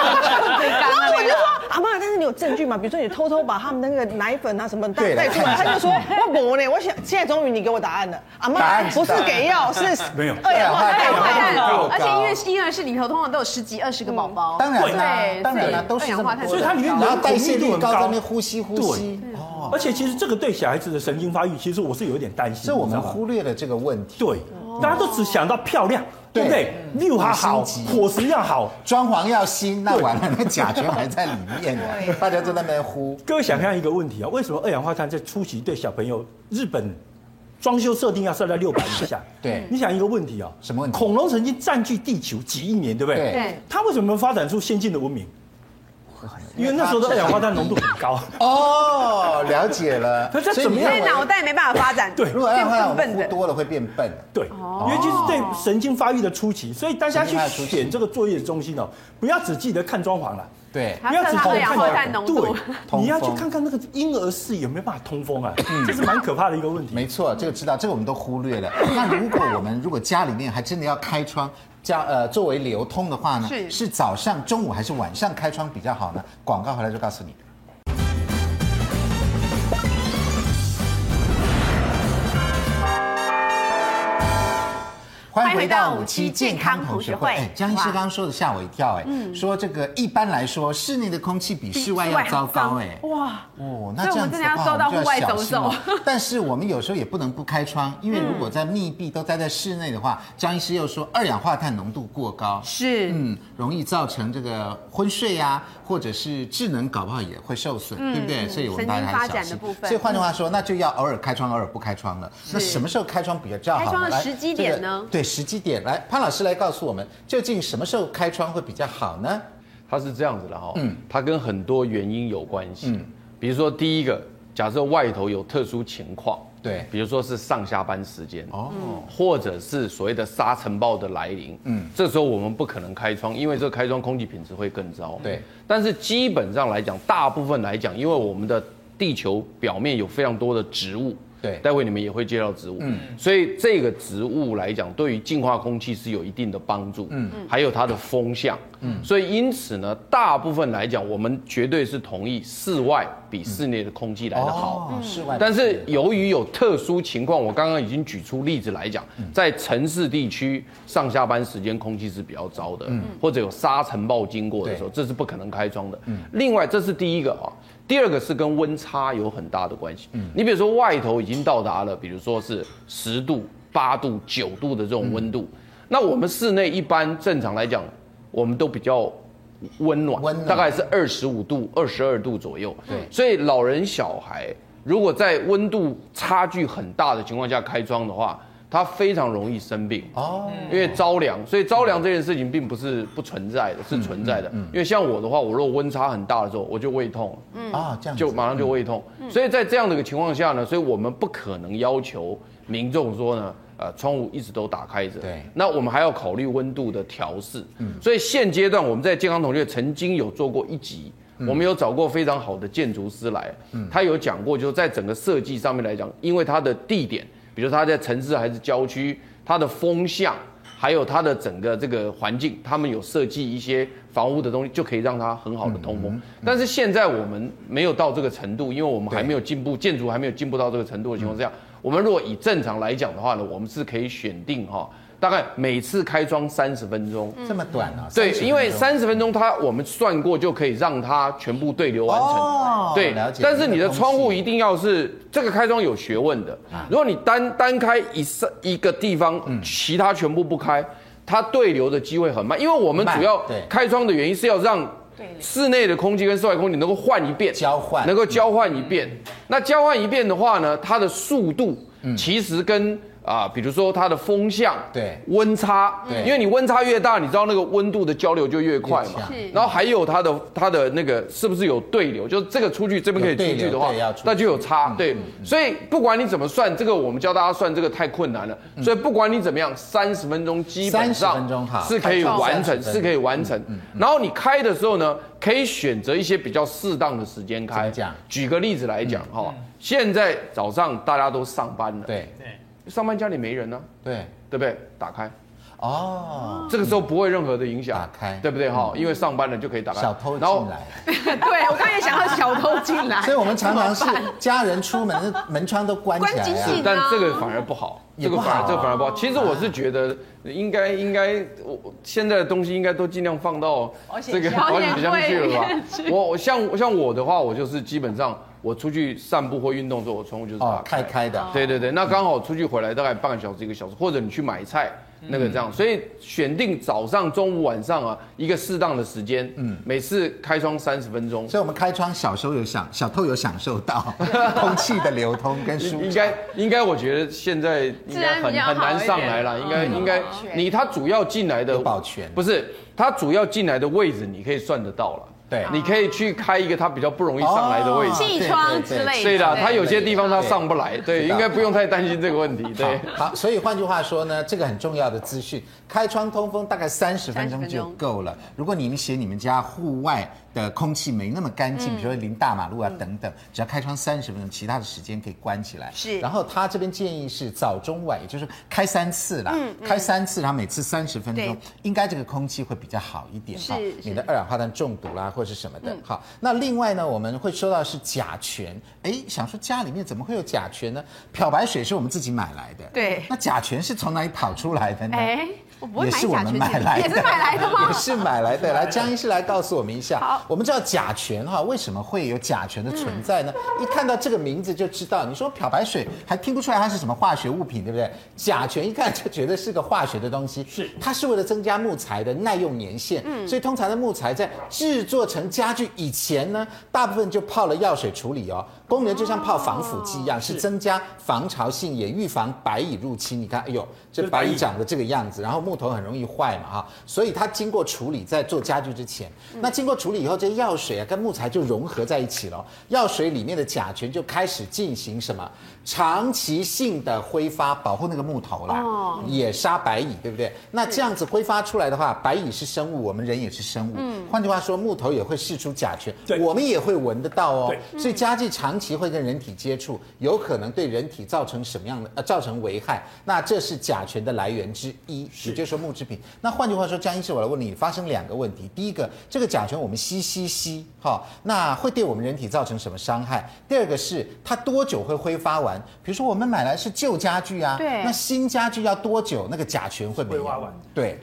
然后我就说：“阿嬷，但是你有证据吗？比如说你偷偷把他们那个奶粉啊什么带对带出看来。”一下她就说：“我没呢，我想现在终于你给我答案了，阿答案嬷是不是答案给药，是没有二氧化太碳。”快高了，而且因为婴儿室里头通常都有十几、二十个宝宝，当然啦对，当然啦，所以都是这么多的所以它里面然后人口代密谢度率很高，在那高边。呼吸呼吸。哦，而且其实这个对小孩子的神经发育，其实我是有一点担心。所以我你知们道吗忽略了这个问题。对，大家都只想到漂亮，对不对？嗯六还好，五星级伙食要好。装潢要新，那完了，那甲醛还在里面呢，大家都在那边呼。各位想象一个问题啊，为什么二氧化碳在初期对小朋友日本装修设定要设在六百以下？对你想一个问题啊，什么问题恐龙曾经占据地球几亿年，对不对？对它为什么发展出先进的文明？因为那时候的二氧化碳浓度很 高。哦，了解了。可是怎么样啊所以所以你认脑为袋没办法发展，对如果二氧化碳我变笨们呼笨的。多了会变笨。对，哦尤其是对神经发育的初期，所以大家去选这个作业中心哦，不要只记得看装潢了。对，还要测它二氧啊化碳浓度， 对，你要去看看那个婴儿室有没有办法通风啊，这是蛮可怕的一个问题。嗯没错，这个知道，这个我们都忽略了。那如果我们如果家里面还真的要开窗，家呃作为流通的话呢，是是早上、中午还是晚上开窗比较好呢？广告回来就告诉你。欢迎回到五期健康同学会。哎，江医师刚刚说的吓我一跳，哎，说这个一般来说室内的空气比室外要糟糕，哎，哇，哦，那这样子所以我们真的话，的要我到们户就外要走小心走哦。 但是我们有时候也不能不开窗，因为如果在密闭都待在室内的话，张医师又说二氧化碳浓度过高，是嗯，容易造成这个昏睡啊，或者是智能搞不好也会受损，对不对？所以我们大家还是嗯神经发小展的心部。分所以换句话说，那就要偶尔开窗，偶尔不开窗了。那什么时候开窗比较好呢？开窗的来时机这个点呢对，时机点。来，潘老师来告诉我们，究竟什么时候开窗会比较好呢？它是这样子的哈、嗯它跟很多原因有关系。比如说第一个，假设外头有特殊情况，对比如说是上下班时间，哦哦，或者是所谓的沙尘暴的来临，嗯，这时候我们不可能开窗，因为这个开窗空气品质会更糟。对，但是基本上来讲，大部分来讲，因为我们的地球表面有非常多的植物。对待会你们也会介绍植物，嗯，所以这个植物来讲，对于净化空气是有一定的帮助，嗯，还有它的风向，嗯，所以因此呢，大部分来讲，我们绝对是同意室外比室内的空气来得好，哦，室外，但是由于有特殊情况，我刚刚已经举出例子来讲，嗯在城市地区上下班时间空气是比较糟嗯的，或者有沙尘暴经过的时候，这是不可能开窗的。嗯另外，这是第一个啊，第二个是跟温差有很大的关系。嗯你比如说外头已经到达了，比如说是十度、八度、九度的这种温度，嗯那我们室内一般正常来讲，我们都比较温暖，温暖大概是二十五度、二十二度左右。对所以老人、小孩如果在温度差距很大的情况下开窗的话，他非常容易生病哦，因为着凉。所以着凉这件事情并不是不存在的，是存嗯在的。因为像我的话，我如果温差很大的时候，我就胃痛，嗯啊，这样子嗯就马上就胃痛。所以在这样的一个情况下呢，所以我们不可能要求民众说呢。呃，窗户一直都打开着，对嗯那我们还要考虑温度的调试。所以现阶段我们在健康统计曾经有做过一集，嗯我们有找过非常好的建筑师来，他有讲过，就是在整个设计上面来讲，因为它的地点，比如说它在城市还是郊区，它的风向。还有它的整个这个环境，他们有设计一些房屋的东西，就可以让它很好的通风。但是现在我们没有到这个程度，因为我们还没有进步，建筑还没有进步到这个程度的情况下，我们如果以正常来讲的话呢，我们是可以选定哈，大概每次开窗三十分钟。这么短啊，对， 30因为分钟三十分钟它我们算过就可以让它全部对流完成。哦对了解，但是你的那个空气窗户一定要是这个开窗有学问的。啊如果你单单开一扇一个地方，嗯其他全部不开，它对流的机会很慢。因为我们慢主要对开窗的原因是要让对室内的空气跟室外空气能够换一遍，交换嗯能够交换一遍。那交换一遍的话呢，它的速度其实跟啊，比如说它的风向，对温差，对因为你温差越大，你知道那个温度的交流就越快越嘛强是。然后还有它的它的那个是不是有对流？就是这个出去这边可以有对出流去的话对要出去，嗯那就有差。对，所以不管你怎么算，这个我们教大家算这个太困难了。所以不管你怎么样，三十分钟基30本嗯上分钟哈是可以开窗完30成，分钟是可以完嗯成。然后你开的时候呢，可以选择一些比较适当的时间怎开么讲。嗯举个例子来讲哈，现在早上大家都上班了，对上班家里没人呢，对对不对？打开。哦，这个时候不会任何的影响，打开嗯对不对哈？因为上班了就可以打开。小偷然后进 来，对我刚才也想要小偷进来所以我们常常是家人出门门窗都关起来关紧啊紧但这个反而不好，也这不个好哦反而这个反而不好。其实我是觉得应该应该，我我现在的东西应该都尽量放到这个保保险险箱柜去了吧里面？我我像像我的话，我就是基本上我出去散步或运动的时候，我窗户就是打哦，开开。开的，对对对，那刚好出去回来大概半个小时一个小时，或者你去买菜，那个这样，所以选定早上、中午、晚上啊一个适当的时间，嗯，每次开窗三十分钟，所以我们开窗小时候有享小偷有享受 到空气的流通跟舒应畅。该应该，我觉得现在应该治安比很较好很难上来一了，点应该嗯应该保全你他主要进来的有保全不是他主要进来的位置，你可以算得到了，对你可以去开 一个他比较不容易上来的位置哦，气窗之类的对啦，对他有些地方他对上不来，对，知道应该不用太担心这个问题，对。好，所以换句话说呢，这个很重要的资讯，开窗通风大概三十分钟30分就钟够了。如果你们嫌你们家户外的空气没那么干净，比如说临大马路啊等等，只要开窗三十分钟，其他的时间可以关起来。是然后他这边建议是早中晚，也就是开三次啦，开三次，然后每次三十分钟对，应该这个空气会比较好一点是哈。是嗯你的二氧化碳中毒啦，或是什么的。好，那另外呢，我们会说到是甲醛，哎，想说家里面怎么会有甲醛呢？漂白水是我们自己买来的，对那甲醛是从哪里跑出来的呢？ 哎，我不会也买是我甲们醛买酯，来的，也是买来的吗 也？是买来的。来，江医师来告诉我们一下。好我们知道甲醛哈，为什么会有甲醛的存在呢？嗯一看到这个名字就知道，你说漂白水还听不出来它是什么化学物品，对不对？甲醛一看就觉得是个化学的东西，是它是为了增加木材的耐用年限，嗯，所以通常的木材在制作成家具以前呢，大部分就泡了药水处理哦，功能就像泡防腐剂一哦样，是增加防潮性，也预防白蚁入侵。你看，哎呦，这白蚁长得这个样子，然后木头很容易坏嘛哈，所以它经过处理，在做家具之前，那经过处理以后，这些药水啊跟木材就融合在一起了，药水里面的甲醛就开始进行什么长期性的挥发，保护那个木头啦，哦也杀白蚁，对不对？那这样子挥发出来的话，白蚁是生物，我们人也是生物，换句话说，木头也会释出甲醛，对我们也会闻得到哦。嗯所以家具长期会跟人体接触，有可能对人体造成什么样的呃造成危害？那这是甲醛的来源之一，也就是说木制品。那换句话说，江医师，我来问你，发生两个问题。第一个，这个甲醛我们吸吸吸，哈、那会对我们人体造成什么伤害？第二个是它多久会挥发完？比如说我们买来是旧家具啊，对那新家具要多久那个甲醛会没有挥发完？对，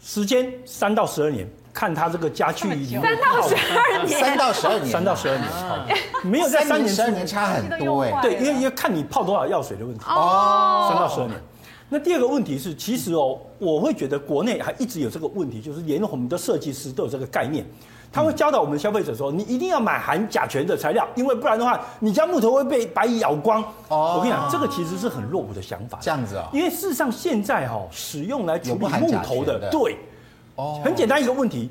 时间三到十二年，看他这个家具里 面三到十二年，三到十二年，啊三到十二年，没有在三三年年十之二内年差很多哎、对，因为因为看你泡多少药水的问题，哦三到十二年。那第二个问题是，其实哦，我会觉得国内还一直有这个问题，就是连我们的设计师都有这个概念，他会教导我们消费者说，你一定要买含甲醛的材料，因为不然的话，你家木头会被白蚁咬光。哦哦，我跟你讲，这个其实是很落伍的想法。这样子哦因为事实上现在哈、哦，使用来处有不理含木甲头醛的的，对，哦很简单一个问题，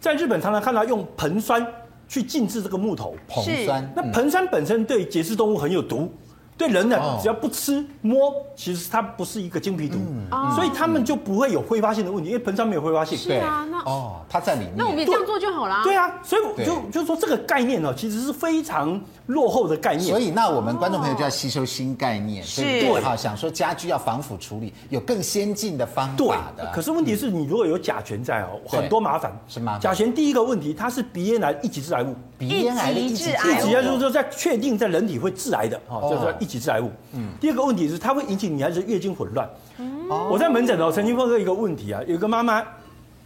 在日本常常看到用硼酸去浸制这个木头，硼酸，那嗯硼酸本身对节肢动物很有毒，对人呢哦，只要不吃摸，其实它不是一个精皮毒，嗯所以他们就不会有挥发性的问题，因为硼酸没有挥发性。对啊那哦，它在里面。那我们也这样做就好了。对啊，所以我对就就说这个概念哦呢，其实是非常落后的概念。所以，那我们观众朋友就要吸收新概念，是对不对哈，想说家居要防腐处理，有更先进的方对法的。，嗯可是问题是你如果有甲醛在哦，对很多麻烦。是麻烦甲醛第一个问题，它是鼻咽癌一级致癌物。鼻咽癌的一一级级致癌一物级啊，就是说在确定在人体会致癌的，哈、哦，就是说一级致癌物。嗯，第二个问题是它会引起女孩子月经混乱。我在门诊哦，曾经碰到一个问题啊，有个妈妈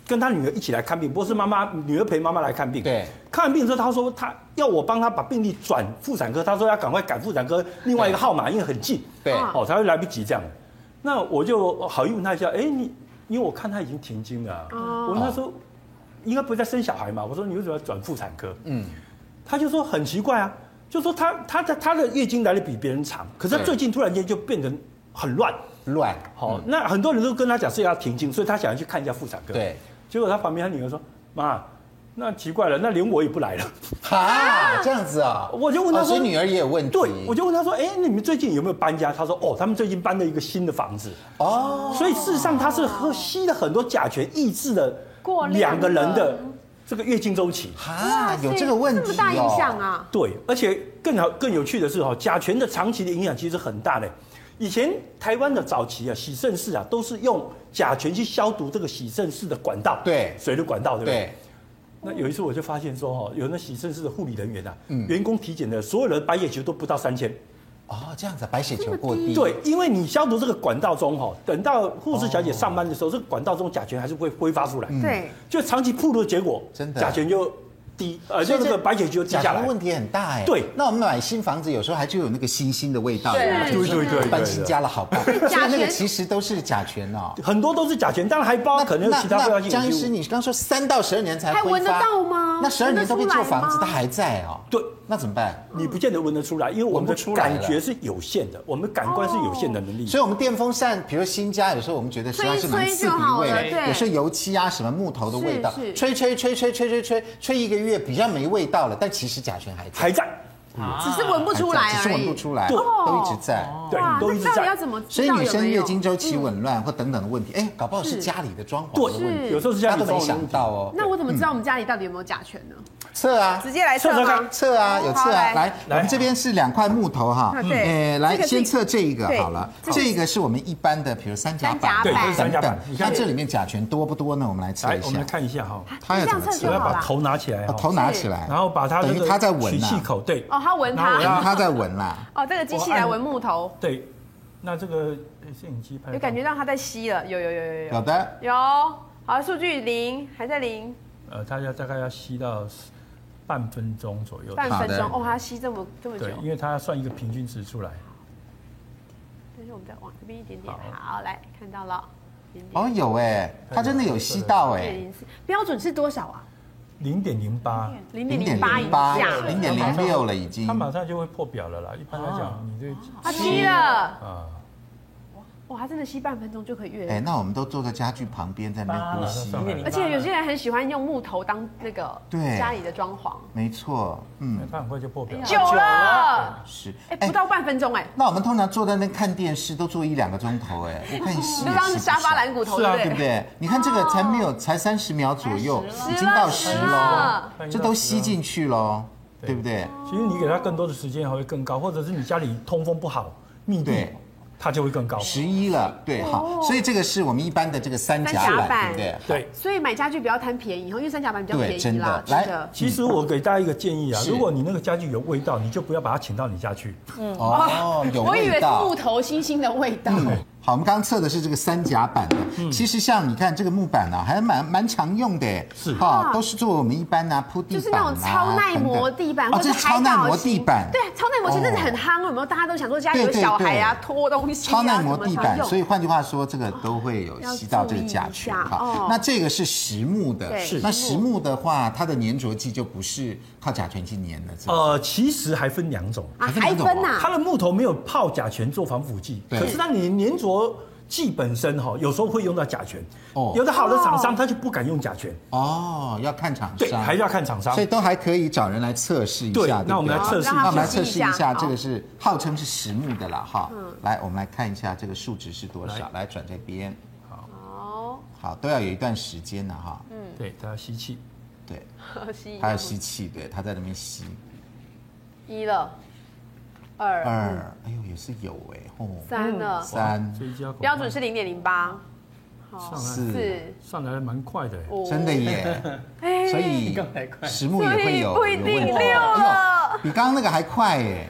跟她女儿一起来看病，不是妈妈女儿陪妈妈来看病。对看完病之后，她说她要我帮她把病历转妇产科，她说要赶快赶妇产科另外一个号码，因为很近。对哦，才会来不及这样。那我就好意问她一下，哎，你因为我看她已经停经了啊，我问她说应该不是在生小孩嘛，我说你为什么要转妇产科？嗯。他就说很奇怪啊，就说他他的他的月经来的比别人长，可是他对最近突然间就变成很乱。乱好、那很多人都跟他讲是要停经，所以他想要去看一下妇产科。对，结果他旁边他女儿说：“妈，那奇怪了，那连我也不来 了。哈，这样子啊，我就问他哦所说以女儿也有问题，对，我就问他说：“哎、你们最近有没有搬家？”他说：“哦，他们最近搬了一个新的房子。”哦，所以事实上他是喝吸了很多甲醛，抑制了过量两的个人的这个月经周期。哈，有所以这个问题哦哎这么大影响！啊！对，而且更好更有趣的是哈、甲醛的长期的影响其实很大的。以前台湾的早期啊，洗肾室啊，都是用甲醛去消毒这个洗肾室的管道，对水的管道，对不对？对，那有一次我就发现说哈、有那洗肾室的护理人员啊，嗯员工体检的所有人白血球都不到三千，哦，这样子啊白血球过低，对，因为你消毒这个管道中哈、等到护士小姐上班的时候，这个管道中甲醛还是会挥发出来，对，就长期暴露的结果，嗯真的甲醛就低，所呃，就以这，这个白血球就低甲下醛来的。问题很大哎。对那我们买新房子有时候还就有那个腥腥的味道，是有没有对对对对搬新家了好棒，所以甲那个醛其实都是甲醛哦。很多都是甲醛，当然还包括可能有其他那不那良性江医因师，素。你刚说三到十二年才还挥闻得发到吗那十二年都被旧房子，闻得出来吗它还在哦。对，那怎么办？你不见得闻得出来，因为我闻们不出的来了哦感觉是有限的，我们感官是有限的能力。所以，我们电风扇，比如新家，有时候我们觉得实在是蛮刺吹一吹就鼻味好了的，对有时候油漆啊、什么木头的味道是是，吹吹吹吹吹吹吹吹一个月，比较没味道了，但其实甲醛还在，还在，只是闻不出来还啊哎在只是而闻不已。出来，对都一直在。对哇，，都一那到直底要在。怎么知道所以有没嗯女有？生月经周期紊乱或等等的问题，哎，搞不好是家里的装潢的问是题，有时候是这大家样都子没想到哦。那我怎么知道我们家里到底有没有甲醛呢？测啊，直接来测测测吗看？测啊，有测啊，哦好来来，我们这边是两块木头哈啊，对诶，这个来是先测这一个好了，对这个这个是我们一般的，比如三甲三甲板，板对这是三甲等板等你看那这里面甲醛多不多呢？我们来测来一，我们下来，看一下哈，它要怎么这样测测就我要啊？好了把头拿起来把头哈，拿起来，然后把它等这于个它在啊闻取呐气，口，啊对，哦，他闻然后我它要。它在闻啦，哦，这个机器来闻木头，对。那这个呃摄影机拍有感嗯觉到它在吸了，有有有有有有的，有。好，数据零，还在零，呃，它要大概要吸到半分钟左右，半分钟。好的哦，它吸这么这么久对，。因为它要算一个平均值出来。但是我们再往这边一点点，好，来看到了，一点点哦，有哎，它真的有吸到一点哎，零四，标准是多少啊？零点零八，零点零零点八以零八下，，零点零六了已经哦它，马上就会破表了啦。一般来讲，你对它吸了，啊，哇，它真的吸半分钟就可以越哎，亮。那我们都坐在家具旁边，在那嗯边呼吸。而且有些人很喜欢用木头当那个对家里的装潢，没错，嗯，它很快就破哎表。久了，是。哎，不到半分钟哎，那我们通常坐在那边看电视，都坐一两个钟头， 哎，我看你是就当沙发懒骨头，是啊对对不不对？对？你看这个才没有，才三十秒左右，已经到十十喽了，这都吸进去喽，对不对？其实你给它更多的时间还会更高，或者是你家里通风不好，密闭对，它就会更高。十一了，对，好，所以这个是我们一般的这个三哦三甲甲板，板对不对？对，所以买家具不要贪便宜，因为三甲板比较对便真宜的啦，来真的。其实我给大家一个建议啊，是如果你那个家具有味道，你就不要把它请到你家去。嗯哦，有我以为味是道嗯木。头星星的味道。好，我们刚刚测的是这个三甲板的，其实像你看这个木板啊，还蛮蛮常用的，是哈，都是作为我们一般啊铺地板啊就是那种超耐磨地板，等或者等哦，这是超耐海岛磨型地板，哦对，超耐磨前阵子很夯，有没有？大家都想说家里有对对小孩啊对，拖东西啊，超耐磨地怎板么常，用所以换句话说，这个都会有吸到这个甲醛要注意一下哦那这个是实木的，对是那实木的话，它的粘着剂就不是靠甲醛去粘的，是吧？呃，其实还分两种，啊，分还两种啊分哦呐它，的木头没有泡甲醛做防腐剂，对可是它你粘着剂本身哈，有时候会用到甲醛哦。有的好的厂商他就不敢用甲醛，哦，要看厂对，商，还是要看厂商所以。都还可以找人来测试一对下。那我们对不对来测试好那一我下们来测试一好嗯下，这个是号称是实木的啦，哈。来，我们来看一下这个数值是多少。来，转这边。哦，好，都要有一段时间呢，哈。嗯对，它要吸气。对，吸一它要吸气，对，它在那边吸。一了，二二，哎呦，也是有哎，吼。三了，三，这一家标准是零点零八，好四四上来蛮快的，五，哎真的耶。 所以实木也会有所以不一定有问题的六了哎呦比刚刚那个还快耶，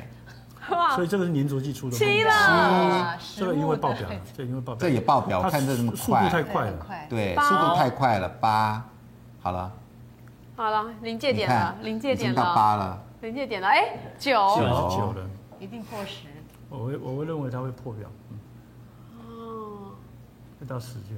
所以这个是粘着剂出的。七了，这个因为爆表了，这个因为爆表，这也爆表，我它看这这么速度太快，啊快了。快，对，速度太快了，八，好了，好了，临界你点看了，，临界已点经到了，八了，哦临界点了，哎，九九，十九了，一定破十。我会我会认为它会破表，嗯，哦，会到十卷。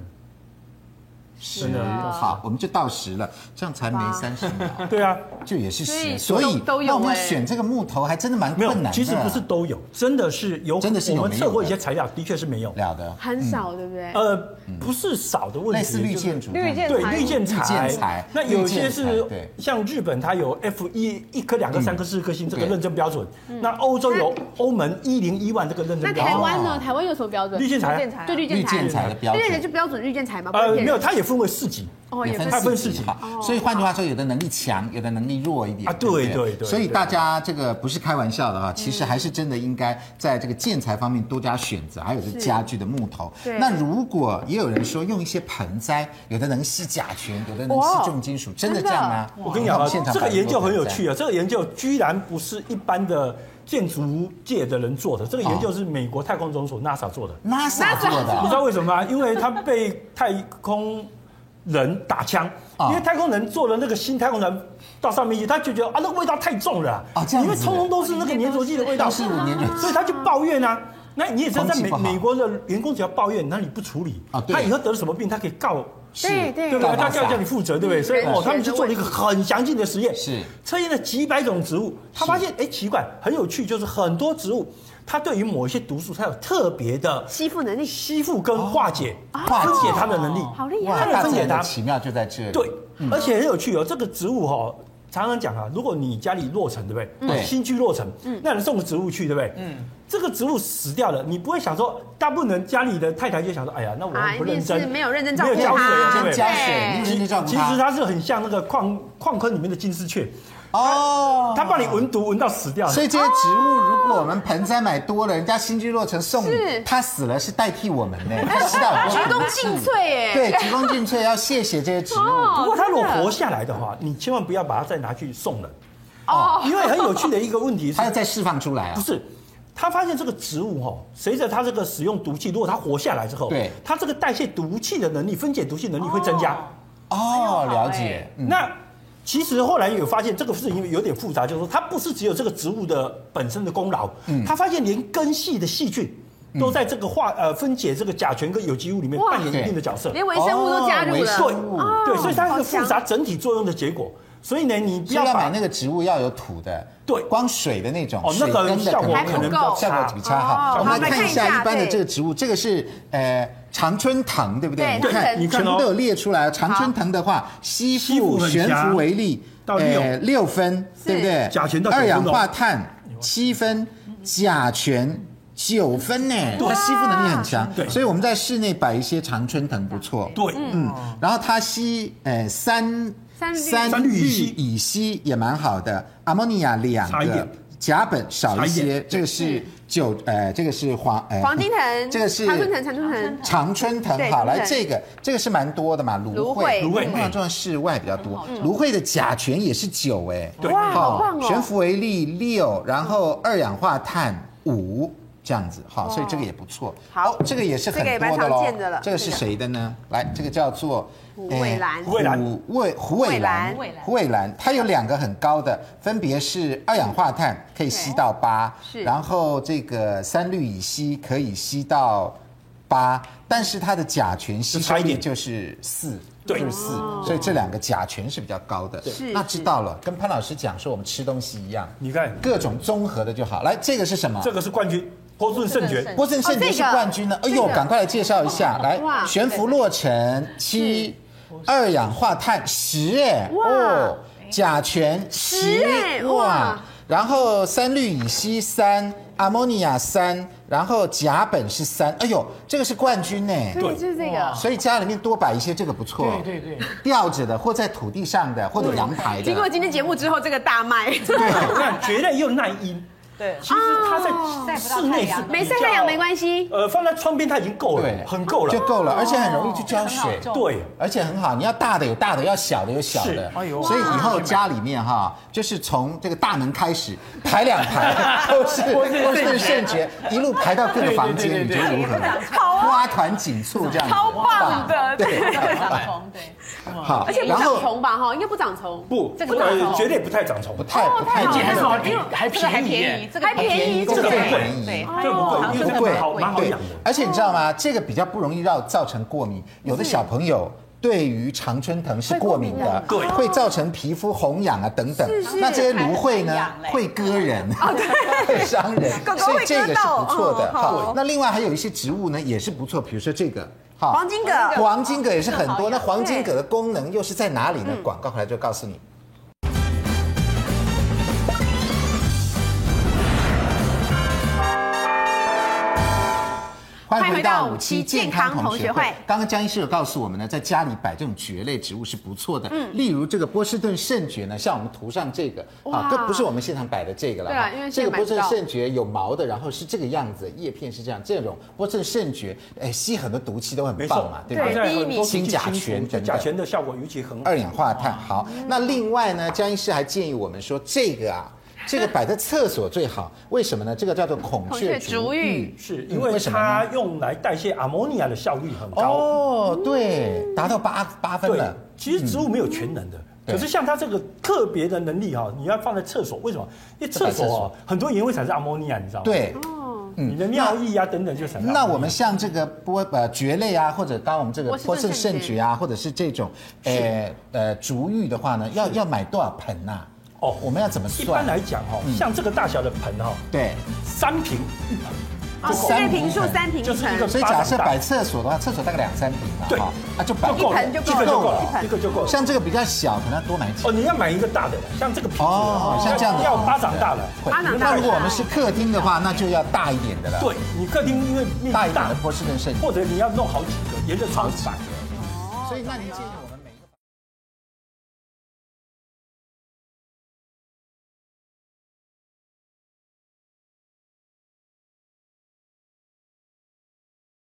十，好，我们就到十了，这样才没三十秒，对啊，就也是十，所所以以都都有那我们哎选这个木头还真的蛮没困难的，有，其实不是都有，真的是有，真的是有我们没有的测过一些材料，的确是没有。了的，很少，对不对？嗯呃，不是少的问题，类似绿就是建筑这样，绿建对材绿建绿材，建材那有些绿是建材对嗯像日本，它有 F 一一颗、两颗、三颗、四颗星这个对认证标准。那欧洲有欧盟一零一万这个认那证标台准。湾呢？台湾有什么标准？绿建材啊建材对绿哦绿建材，建材的标绿建材准。就标准绿建材嘛？不然呃，骗没有，人它也分为四级。哦，也也分它分哦分四四级级哈，所以换句话说，有的能力强，有的能力弱一点啊不对对对所以对大家这个不是开玩笑的哈，其实还是真的应该在这个建材方面多加选择，还有这家具的木头。对那如果也有人说用一些盆栽，有的能吸甲醛，有的能吸重金属，哦真的这样吗？我跟你讲我哦啊们现，场这个摆研究多盆很有栽趣啊，这个研究居然不是一般的建筑界的人做的，这个研究是美国太空总署 NASA 做的。 ，NASA 做的啊，你知道为什么吗？因为他被太空人打枪，啊因为太空人坐了那个新太空船到上面去，他就觉得啊那个味道太重了啊这样子因为通通都是那个粘着剂的味道，都是粘着剂所以他就抱怨啊。那你也知道，在空气美不好美国的员工只要抱怨，那你不处理啊对他以后得了什么病，他可以告。是对对对不大对？他麻就要叫你负责，对不对？所以哦，他们就做了一个很详尽的实验，是测验了几百种植物，他发现哎奇怪，很有趣，就是很多植物它对于某一些毒素它有特别的吸附能力吸附跟化解、化解分解它的能力，哦好厉哇，害它大自能分解然的它。奇妙就在这里。对，而且很有趣哦，这个植物哈、哦，常常讲啊，如果你家里落成，对不对？对新居落成，那你送个植物去，对不对？嗯，这个植物死掉了，你不会想说，大部分人家里的太太就想说，哎呀，那我啊不，你认是真，没有认真照没顾有它，啊浇水，嗯没有对不对？浇水哎没有其认真照顾其它实它是很像那个矿矿坑里面的金丝雀，哦，它帮你闻毒闻到死掉了。 所以这些植物，如果我们盆栽买多了，人家新居落成送你，它死了是代替我们呢，它吸到很鞠多毒躬气尽瘁哎，对，鞠躬尽瘁，要谢谢这些植哦物。不过它如果哦真的活下来的话，你千万不要把它再拿去送人，哦，因为很有趣的一个问题是它，要再释放出来啊不！是，他发现这个植物哈、哦，随着它这个使用毒气，如果它活下来之后，对它这个代谢毒气的能力、分解毒气能力会增加。哦，了解。嗯那其实后来有发现这个事情有点复杂，就是说它不是只有这个植物的本身的功劳，嗯它发现连根系的细菌。都在这个化呃分解这个甲醛跟有机物里面哇扮演一定的角色，连微生物都加入哦微了生。对物对，所以它是一好个强复杂整体作用的结果。所以呢，你不是不要是要把买那个植物要有土的，对光水的那种，哦那个水根的效果可能可能效不够果比较哦好。好我们来来看看一一下下一般的对这个植物，这个是呃常春藤，对不对？对常你看，春你看藤都有列出来。常春藤的话，吸吸附附哦很悬狭浮为例，到六呃六分，对不对？甲醛到九分哦二氧化碳七分，甲醛。九分呢，它吸附能力很强，对所以我们在室内摆一些常春藤不错。对，嗯，然后它吸呃三三氯三氯乙烯乙烯也蛮好的，阿莫尼亚两差一个点，甲苯少一差一些点，这个是九呃，这个是黄呃黄金藤，这个是常春藤，常春藤，常春藤对。好，常春来这个这个是蛮多的嘛，芦芦荟荟，芦荟通常种在室外比较多，芦荟的甲醛也是九哎，对哇，好棒哦！悬浮为例六，然后二氧化碳五。这样子好，所以这个也不错。好哦这个也是很这个也蛮多的喽常见的了。这个是谁的呢？来，这个叫做虎尾兰虎尾兰，虎尾虎尾兰虎尾兰，虎尾兰，它有两个很高的，分别是二氧化碳可以吸到八，是然后这个三氯乙烯可以吸到八，但是它的甲醛吸收差一率点就是四，对就是四，所以这两个甲醛是比较高的。哦是那知道了，跟潘老师讲说我们吃东西一样，你看各种综合的就好。来，这个是什么？这个是冠军，波顿圣爵，波士顿圣爵是冠军呢。哎呦，赶快来介绍一下，来哇，悬浮落成七，二氧化碳十，哎，哇哦，甲醛十哎十，哇哇，然后三氯乙烯三，阿莫尼亚三，然后甲苯是三，哎呦，这个是冠军呢。对，就是这个。所以家里面多摆一些这个不错，对对对，吊着的或在土地上的或者阳台经过的，今天节目之后，这个大卖， 我看绝对又耐阴。对其实它在室内是没晒太阳没系。关系。呃，放在窗边它已经够了，很够了就。够了，而且很容哦易去浇水。对，而且很好，你要大的有大的，要小的有小的是。哎呦所以以后家里面哈，就是从这个大门开始排两排，都 是都是圣爵，一路排到各个房间，对对对对你觉得如何？花团锦簇这样子，超棒的对，长虫对，好而且，不然长后虫吧？哈，应该不长虫，不，这个大呃头绝对不太长虫不，哦太不太而且简还是单，好便还这个还便宜便宜，耶，这个还便宜，这个对不不对便宜，对，这个不贵，因为这不贵个好蛮好对养的。而且你知道吗？这个比较不容易让造成过敏。有的小朋友对于常春藤是过敏的，过敏的会造成皮肤红痒啊等等。那这些芦荟呢还很痒，嘞会割人，会伤人，狗狗所会以这个割是到不错的哦好哈。那另外还有一些植物呢，也是不错，比如说这个。哈黄金葛黄金葛也是很这个好多。养那黄金葛的功能又是在哪里呢？广告回来就告诉你。欢迎回到五期健康同学会。刚刚江医师有告诉我们呢，在家里摆这种蕨类植物是不错的。例如这个波士顿圣蕨呢，像我们图上这个啊，这不是我们现场摆的这个了。对啊哈因为这现在个买波不士到顿圣蕨有毛的，然后是这个样子，叶片是这样。这种波士顿圣蕨，哎，吸很多毒气都很没棒啊错嘛，，对不它对？在很多清甲醛等等甲醛的效果尤其很好。二氧化碳。好，嗯那另外呢，江医师还建议我们说，这个 啊，这个摆在厕所最好。为什么呢？这个叫做孔雀竹竹芋芋，是嗯因为什么呢它用来代谢阿莫尼亚的效率很高。哦，对，达到八八分对了。，其实植物没有全能的，嗯对可是像它这个特别的能力哈、你要放在厕所，为什么？因为厕放在厕所啊所，很多盐会产生阿莫尼亚，你知道吗？，对，哦你的尿液啊等等就产嗯生。那我们像这个波呃蕨类啊，或者刚刚我们这个波士顿波士顿圣圣蕨蕨啊，或者是这种呃呃竹芋的话呢，要要买多少盆呐、哦我们要怎么一般算？啊来讲哈、嗯像这个大小的盆哈、对，三瓶一盆，哦，就四够个平数了三平就是一层个，所以巴掌假设大摆厕所的话，厕所大概两三瓶嘛，对哈啊就摆就够了，一盆就一个够就了够一盆了，一个就够了。像这个比较小，可能要多买几。哦，你要买一个大的，像这个瓶子的哦像这样的要巴掌大的，会巴掌大那如果我们是客厅的话，那就要大一点的了。对，你客厅因为面积大一点大的，波士顿圣或者你要弄好几个，沿着窗子摆。所以那您建议我们。